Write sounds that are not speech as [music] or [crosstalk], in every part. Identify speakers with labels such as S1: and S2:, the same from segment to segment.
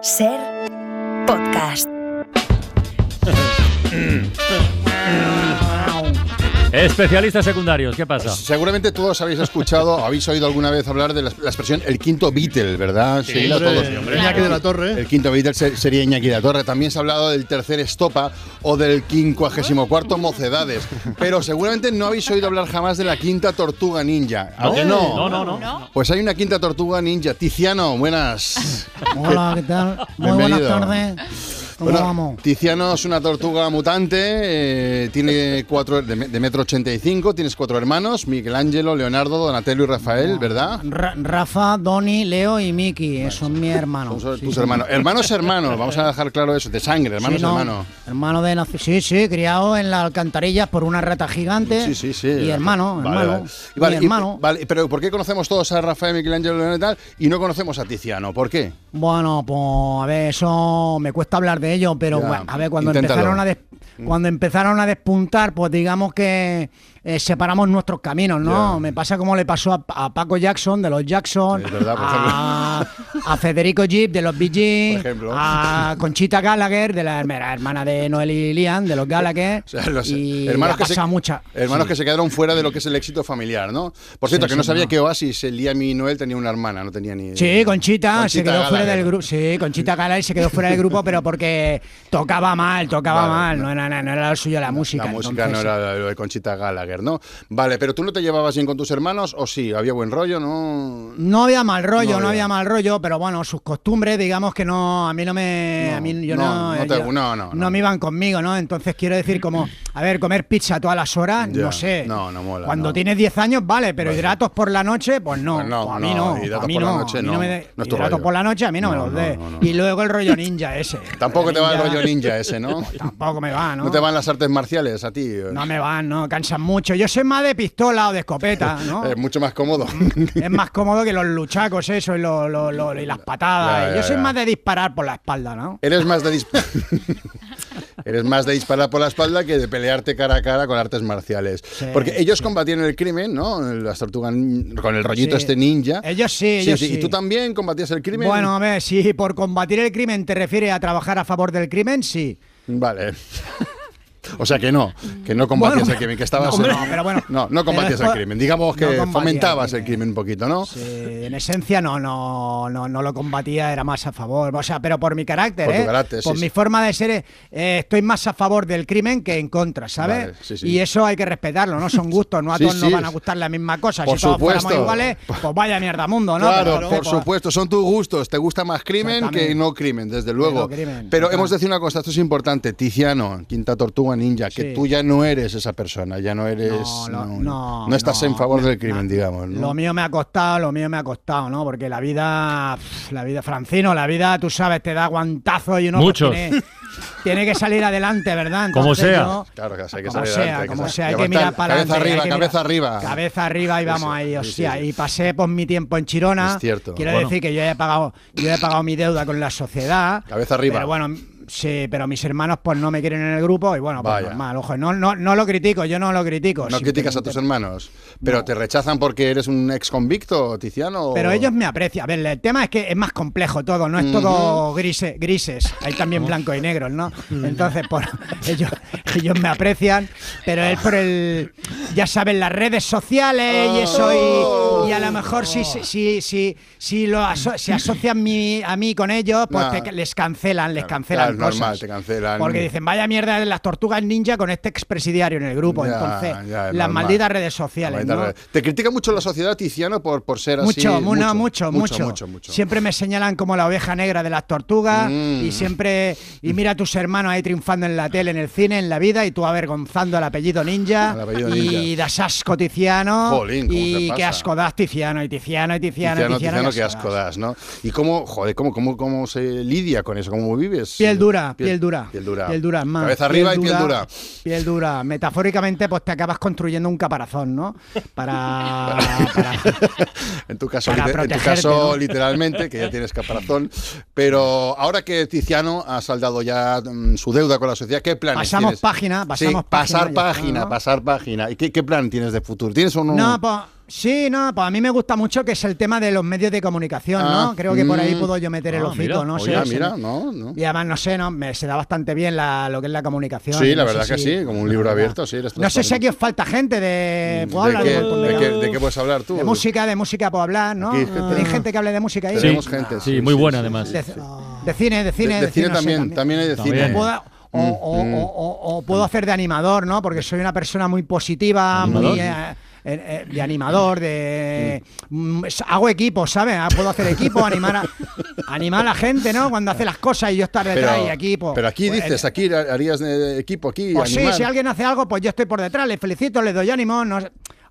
S1: Ser podcast.
S2: Especialistas secundarios, ¿qué pasa?
S3: Seguramente todos habéis [laughs] escuchado, habéis oído alguna vez hablar de la, la expresión el quinto Beatle, ¿verdad? Sí, la- ¿eh? todos.
S4: Iñaki de la Torre.
S3: El quinto Beatle se- sería Iñaki de la Torre. También se ha hablado del tercer Estopa o del quincuagésimo cuarto Mocedades. Pero seguramente no habéis oído hablar jamás de la quinta Tortuga Ninja. ¿A que no?
S2: No, no, no.
S3: Pues hay una quinta Tortuga Ninja. Tiziano, buenas.
S5: Hola, ¿qué tal?
S3: [laughs]
S5: Muy
S3: Bienvenido.
S5: buenas tardes. [laughs] ¿Cómo
S3: Bueno,
S5: vamos?
S3: Tiziano es una tortuga mutante, eh, tiene cuatro de, me- de metro ochenta y cinco, tienes cuatro hermanos, Michelangelo, Leonardo, Donatello y Rafael, ¿verdad?
S5: Ra- Rafa, Doni, Leo y Miki, eh, son mis hermanos.
S3: Son
S5: Sí,
S3: tus
S5: sí.
S3: hermanos. Hermanos, hermanos, vamos a dejar claro eso, de sangre,
S5: Sí,
S3: hermanos,
S5: no,
S3: hermanos.
S5: hermano de nac- Sí, sí, criado en las alcantarillas por una rata gigante.
S3: Sí, sí, sí.
S5: Eh, Y hermano,
S3: Vale,
S5: hermano.
S3: vale.
S5: mi
S3: Vale, y-
S5: hermano.
S3: vale, pero ¿por qué conocemos todos a Rafael, Michelangelo, Leonardo y tal y no conocemos a Tiziano? ¿Por qué?
S5: Bueno, pues a ver, eso me cuesta hablar de ello, pero
S3: Ya,
S5: bueno, a ver, cuando
S3: inténtalo. Mm.
S5: empezaron a des- cuando empezaron a despuntar, pues digamos que eh, separamos nuestros caminos, ¿no?
S3: Ya.
S5: Me pasa como le pasó a, a Paco Jackson de los Jackson,
S3: Es verdad, por
S5: a, [laughs] a Federico Jeep de los Bee
S3: Por ejemplo.
S5: Gees, a Conchita Gallagher de la hermana, hermana de Noel y Liam de los Gallagher,
S3: [laughs] O sea, los-
S5: y
S3: hermanos
S5: ha
S3: que se,
S5: pasado mucha.
S3: hermanos que se quedaron fuera de lo que es el éxito familiar, ¿no? Por cierto,
S5: Sí,
S3: que no
S5: sí,
S3: sabía
S5: no.
S3: que Oasis, el Liam y Noel tenía una hermana, no tenía ni...
S5: Sí, Conchita, se quedó fuera
S3: Gallagher.
S5: del grupo. Sí, Conchita Gallagher se quedó fuera del grupo, pero porque tocaba mal, tocaba
S3: Vale,
S5: mal. No, era- no era lo suyo la música.
S3: La música
S5: entonces,
S3: no era lo de Conchita Gallagher, ¿no? Vale, pero tú no te llevabas bien con tus hermanos, o sí, había buen rollo, ¿no?
S5: no había mal rollo,
S3: No
S5: no
S3: había.
S5: había. mal rollo, pero bueno, sus costumbres, digamos que no, a mí no me, a mí yo
S3: no,
S5: no,
S3: no te-
S5: yo-
S3: no, no, no.
S5: me iban conmigo, ¿no? Entonces
S3: [clears throat]
S5: quiero decir como, a ver, comer pizza todas las horas,
S3: Ya,
S5: no sé.
S3: no, no mola,
S5: Cuando
S3: no.
S5: tienes 10 años, vale, pero
S3: Vale.
S5: hidratos por la noche, pues no,
S3: Pues no,
S5: pues a mí
S3: no,
S5: no,
S3: hidratos
S5: a mí
S3: por la
S5: no,
S3: noche
S5: a mí
S3: no,
S5: me de-
S3: no es tu
S5: hidratos
S3: rollo.
S5: por la noche a mí no,
S3: No,
S5: me los
S3: no,
S5: dé.
S3: no, no,
S5: Y luego el rollo ninja ese.
S3: Tampoco te va el
S5: Ninja-
S3: rollo ninja ese,
S5: [laughs]
S3: ¿no?
S5: Tampoco me va, ¿no?
S3: No te van las artes marciales a ti.
S5: No me van, no, cansan mucho. Yo soy más de pistola o de escopeta,
S3: [laughs]
S5: ¿no? Mm.
S3: Es Eh, mucho más cómodo.
S5: es más cómodo que los luchacos, eso, y, lo- lo- lo- y las patadas.
S3: Ya, ya,
S5: Yo soy
S3: ya.
S5: más de disparar por la espalda, ¿no?
S3: [laughs] Eres más
S5: [laughs]
S3: de disparar. Eres más de disparar por la espalda que de pelearte cara a cara con artes marciales.
S5: Sí,
S3: Porque ellos combatieron el crimen, ¿no? Las tortugas nin- con el rollito
S5: Sí.
S3: este ninja.
S5: Ellos sí, ellos sí.
S3: ¿Y tú también combatías el crimen?
S5: Bueno, a ver, si por combatir el crimen te refieres a trabajar a favor del crimen, sí.
S3: Vale. [laughs] O sea que no, que no combatías
S5: Bueno,
S3: el crimen, que estabas.
S5: no, hombre, no, pero bueno.
S3: no, no combatías
S5: Pero-
S3: el crimen. Digamos que
S5: No combatía el
S3: fomentabas el
S5: crimen.
S3: crimen un poquito, ¿no?
S5: Sí, en esencia no, no, no, no lo combatía, era más a favor. O sea, pero por mi carácter,
S3: Por tu
S5: ¿eh?
S3: carácter,
S5: por
S3: sí,
S5: mi
S3: sí.
S5: forma de ser, eh, estoy más a favor del crimen que en contra, ¿sabes?
S3: Vale, sí, sí.
S5: Y eso hay que respetarlo,
S3: [laughs]
S5: no son gustos, no a
S3: Sí,
S5: todos nos
S3: sí.
S5: van a gustar la misma cosa.
S3: Por
S5: si todos
S3: supuesto.
S5: fuéramos iguales, pues vaya mierda mundo, ¿no?
S3: Claro,
S5: Pero,
S3: por
S5: pues,
S3: supuesto, son tus gustos. Te gusta más crimen que
S5: Exactamente.
S3: no crimen, desde luego.
S5: no crimen,
S3: Pero
S5: total.
S3: hemos de decir una cosa, esto es importante. Tiziano, Quinta Tortuga Ninja, que
S5: Sí.
S3: tú ya no eres esa persona, ya no eres.
S5: No, lo- no,
S3: no estás
S5: no,
S3: en favor
S5: me-
S3: del crimen,
S5: na-
S3: digamos. ¿no?
S5: Lo mío me ha costado, lo mío me ha costado, ¿no? Porque la vida, pf, la vida, Francino, la vida, tú sabes, te da guantazo y uno pues,
S2: Muchos.
S5: tiene, tiene que salir adelante, ¿verdad?
S2: [laughs] Como sea.
S3: Claro, que hay que
S5: como
S3: salir
S5: sea,
S3: adelante, hay que
S5: como
S3: salir-
S5: sea, hay que
S3: levantar
S5: mirar para
S3: cabeza
S5: adelante.
S3: arriba,
S5: hay que
S3: cabeza
S5: mirar-
S3: arriba.
S5: Cabeza arriba y vamos
S3: sí,
S5: ahí,
S3: sí,
S5: hostia.
S3: sí.
S5: Y pasé pues mi tiempo en Chirona.
S3: Es cierto.
S5: Quiero
S2: Bueno.
S5: decir que yo ya he pagado, yo ya he pagado mi deuda con la sociedad.
S3: Cabeza arriba.
S5: Pero bueno, sí, pero mis hermanos pues no me quieren en el grupo y bueno, pues
S3: Vaya.
S5: normal, ojo, no, no, no lo critico, yo no lo critico.
S3: No criticas a
S5: simplemente-
S3: tus hermanos, pero te rechazan porque eres un ex convicto, Tiziano. o-
S5: Pero ellos me aprecian. A ver, el tema es que es más complejo todo, no es todo grise- grises. Hay también blancos y negros, ¿no? Entonces, por, [laughs] ellos, ellos me aprecian, pero es por el. Ya saben, las redes sociales y eso. Y, y a lo mejor si, si, si, si, si lo aso- si asocian mi- a mí con ellos, pues
S3: Nah.
S5: te- les cancelan, les
S3: Claro, claro,
S5: cancelan
S3: es
S5: cosas.
S3: normal, te cancelan.
S5: Porque dicen, vaya mierda de las tortugas ninja con este expresidiario en el grupo.
S3: Ya,
S5: Entonces,
S3: ya, es
S5: las
S3: normal.
S5: malditas redes sociales.
S3: Maldita
S5: ¿no?
S3: red. Te critica mucho la sociedad, Tiziano, por, por ser así.
S5: Mucho, mu- no, mucho, mucho,
S3: mucho, mucho.
S5: Siempre me señalan como la oveja negra de las tortugas
S3: Mm.
S5: y siempre y mira a tus hermanos ahí triunfando en la tele, en el cine, en la vida y tú avergonzando al apellido ninja
S3: Al apellido
S5: y
S3: ninja.
S5: das asco Tiziano
S3: Jolín, ¿cómo te
S5: y
S3: pasa?
S5: qué asco das Tiziano y Tiziano y Tiziano,
S3: Tiziano, Tiziano, qué
S5: qué
S3: asco das, ¿no? ¿Y cómo, joder, cómo, cómo, cómo se lidia con eso? ¿Cómo vives?
S5: Piel dura, piel, dura.
S3: Piel dura.
S5: Piel dura, más.
S3: Cabeza arriba y piel dura. [laughs]
S5: Piel dura. Metafóricamente, pues te acabas construyendo un caparazón, ¿no? Para.
S3: [laughs]
S5: para-
S3: en tu caso,
S5: Para
S3: lite- en tu
S5: protegerte,
S3: caso [laughs]
S5: ¿no?
S3: literalmente, que ya tienes caparazón. Pero ahora que Tiziano ha saldado ya mm, su deuda con la sociedad, ¿qué planes
S5: Pasamos
S3: tienes?
S5: página, pasamos
S3: sí, pasar
S5: página, ya está,
S3: página,
S5: ¿no?
S3: pasar página. ¿Y qué, qué plan tienes de futuro? ¿Tienes un,
S5: No, pues, Sí, no, pues a mí me gusta mucho que es el tema de los medios de comunicación,
S3: Ah,
S5: ¿no? Creo que por ahí
S3: mm.
S5: puedo yo meter el
S2: Ah,
S5: hocico,
S2: mira,
S5: no
S2: oye,
S5: sé.
S3: Oye,
S5: sí,
S3: mira,
S5: ¿no?
S3: no, no.
S5: Y además, no sé, ¿no? Me, se da bastante bien la, lo que es la comunicación.
S3: Sí, la
S5: No sé
S3: verdad que
S5: si-
S3: sí, como un libro
S5: la verdad.
S3: abierto, sí. eres
S5: No sé si
S3: transparente.
S5: aquí os falta gente de. eh, ¿Puedo
S3: ¿De
S5: hablar
S3: qué,
S5: un montón
S3: de,
S5: de
S3: qué,
S5: cosas?
S3: de qué puedes hablar tú?
S5: De música, de música puedo hablar, ¿no?
S3: Aquí hay gente-
S5: ¿Tenéis gente que hable de música ahí?
S3: Tenemos gente.
S2: Ah, Sí, muy buena además.
S5: De, oh. de cine, de
S3: De,
S5: cine.
S3: de cine
S5: no sé,
S3: también, también Mm, hay de
S2: También.
S3: cine.
S5: O, puedo, o- o- o- o- o puedo hacer de animador, ¿no? Porque soy una persona muy positiva,
S2: ¿Animador?
S5: muy. eh, eh, eh, de animador, de. mm, es- hago equipo, ¿sabes? Ah, Puedo hacer equipo, animar a, animar a la gente, ¿no? Cuando hace las cosas y yo estar detrás y aquí, pues.
S3: pero aquí
S5: pues,
S3: dices,
S5: eh,
S3: aquí harías eh, equipo, aquí.
S5: pues sí,
S3: animal.
S5: si alguien hace algo, pues yo estoy por detrás, le felicito, le doy ánimo, no sé.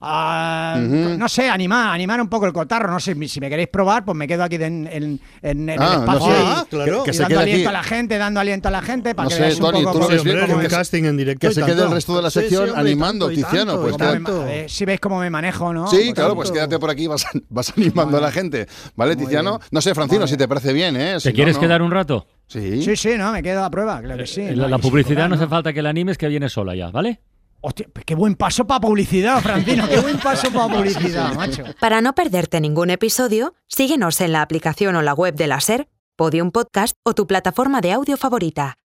S5: Ah, No sé, animar, animar un poco el cotarro. No sé, si me queréis probar, pues me quedo aquí de- en, en- en- en
S3: Ah,
S5: el
S3: no
S5: espacio.
S3: sé.
S5: ahí,
S4: Ah, claro.
S3: Que
S5: y
S3: se
S5: dando
S3: quede
S5: aliento
S3: aquí.
S5: a la gente, dando aliento a la gente para
S3: No
S5: que
S3: sé,
S5: veáis un
S3: Tony,
S5: poco
S3: tú lo
S5: cómo- pues
S4: Sí,
S3: ves bien
S4: hombre,
S3: como
S4: un
S3: que se-
S4: casting en directo.
S3: que
S4: y
S3: se quede
S4: tanto.
S3: el resto de la sección
S4: hombre, y
S3: animando,
S4: tanto, y
S3: Tiziano,
S4: tanto,
S3: pues
S4: y
S3: queda-
S4: tanto.
S5: A ver, eh, si veis cómo me manejo, ¿no?
S3: Sí,
S5: Por
S3: claro,
S5: tanto.
S3: pues quédate por aquí, vas, vas animando a la gente. ¿Vale, Tiziano? No sé, Francino, si te parece bien, ¿eh? Si
S2: ¿Te
S3: no,
S2: quieres
S3: no.
S2: quedar un rato?
S3: Sí.
S5: Sí, sí, no, me quedo a prueba, claro que sí.
S2: Eh,
S5: ¿no?
S2: la, la
S5: Y si
S2: publicidad
S5: total,
S2: no hace
S5: ¿no?
S2: falta que la animes, que viene sola ya, ¿vale?
S5: Hostia, pues qué buen paso para publicidad, Francino, qué buen paso para
S3: [laughs]
S5: publicidad, macho.
S1: Para no perderte ningún episodio, síguenos en la aplicación o la web de la SER, Podium Podcast o tu plataforma de audio favorita.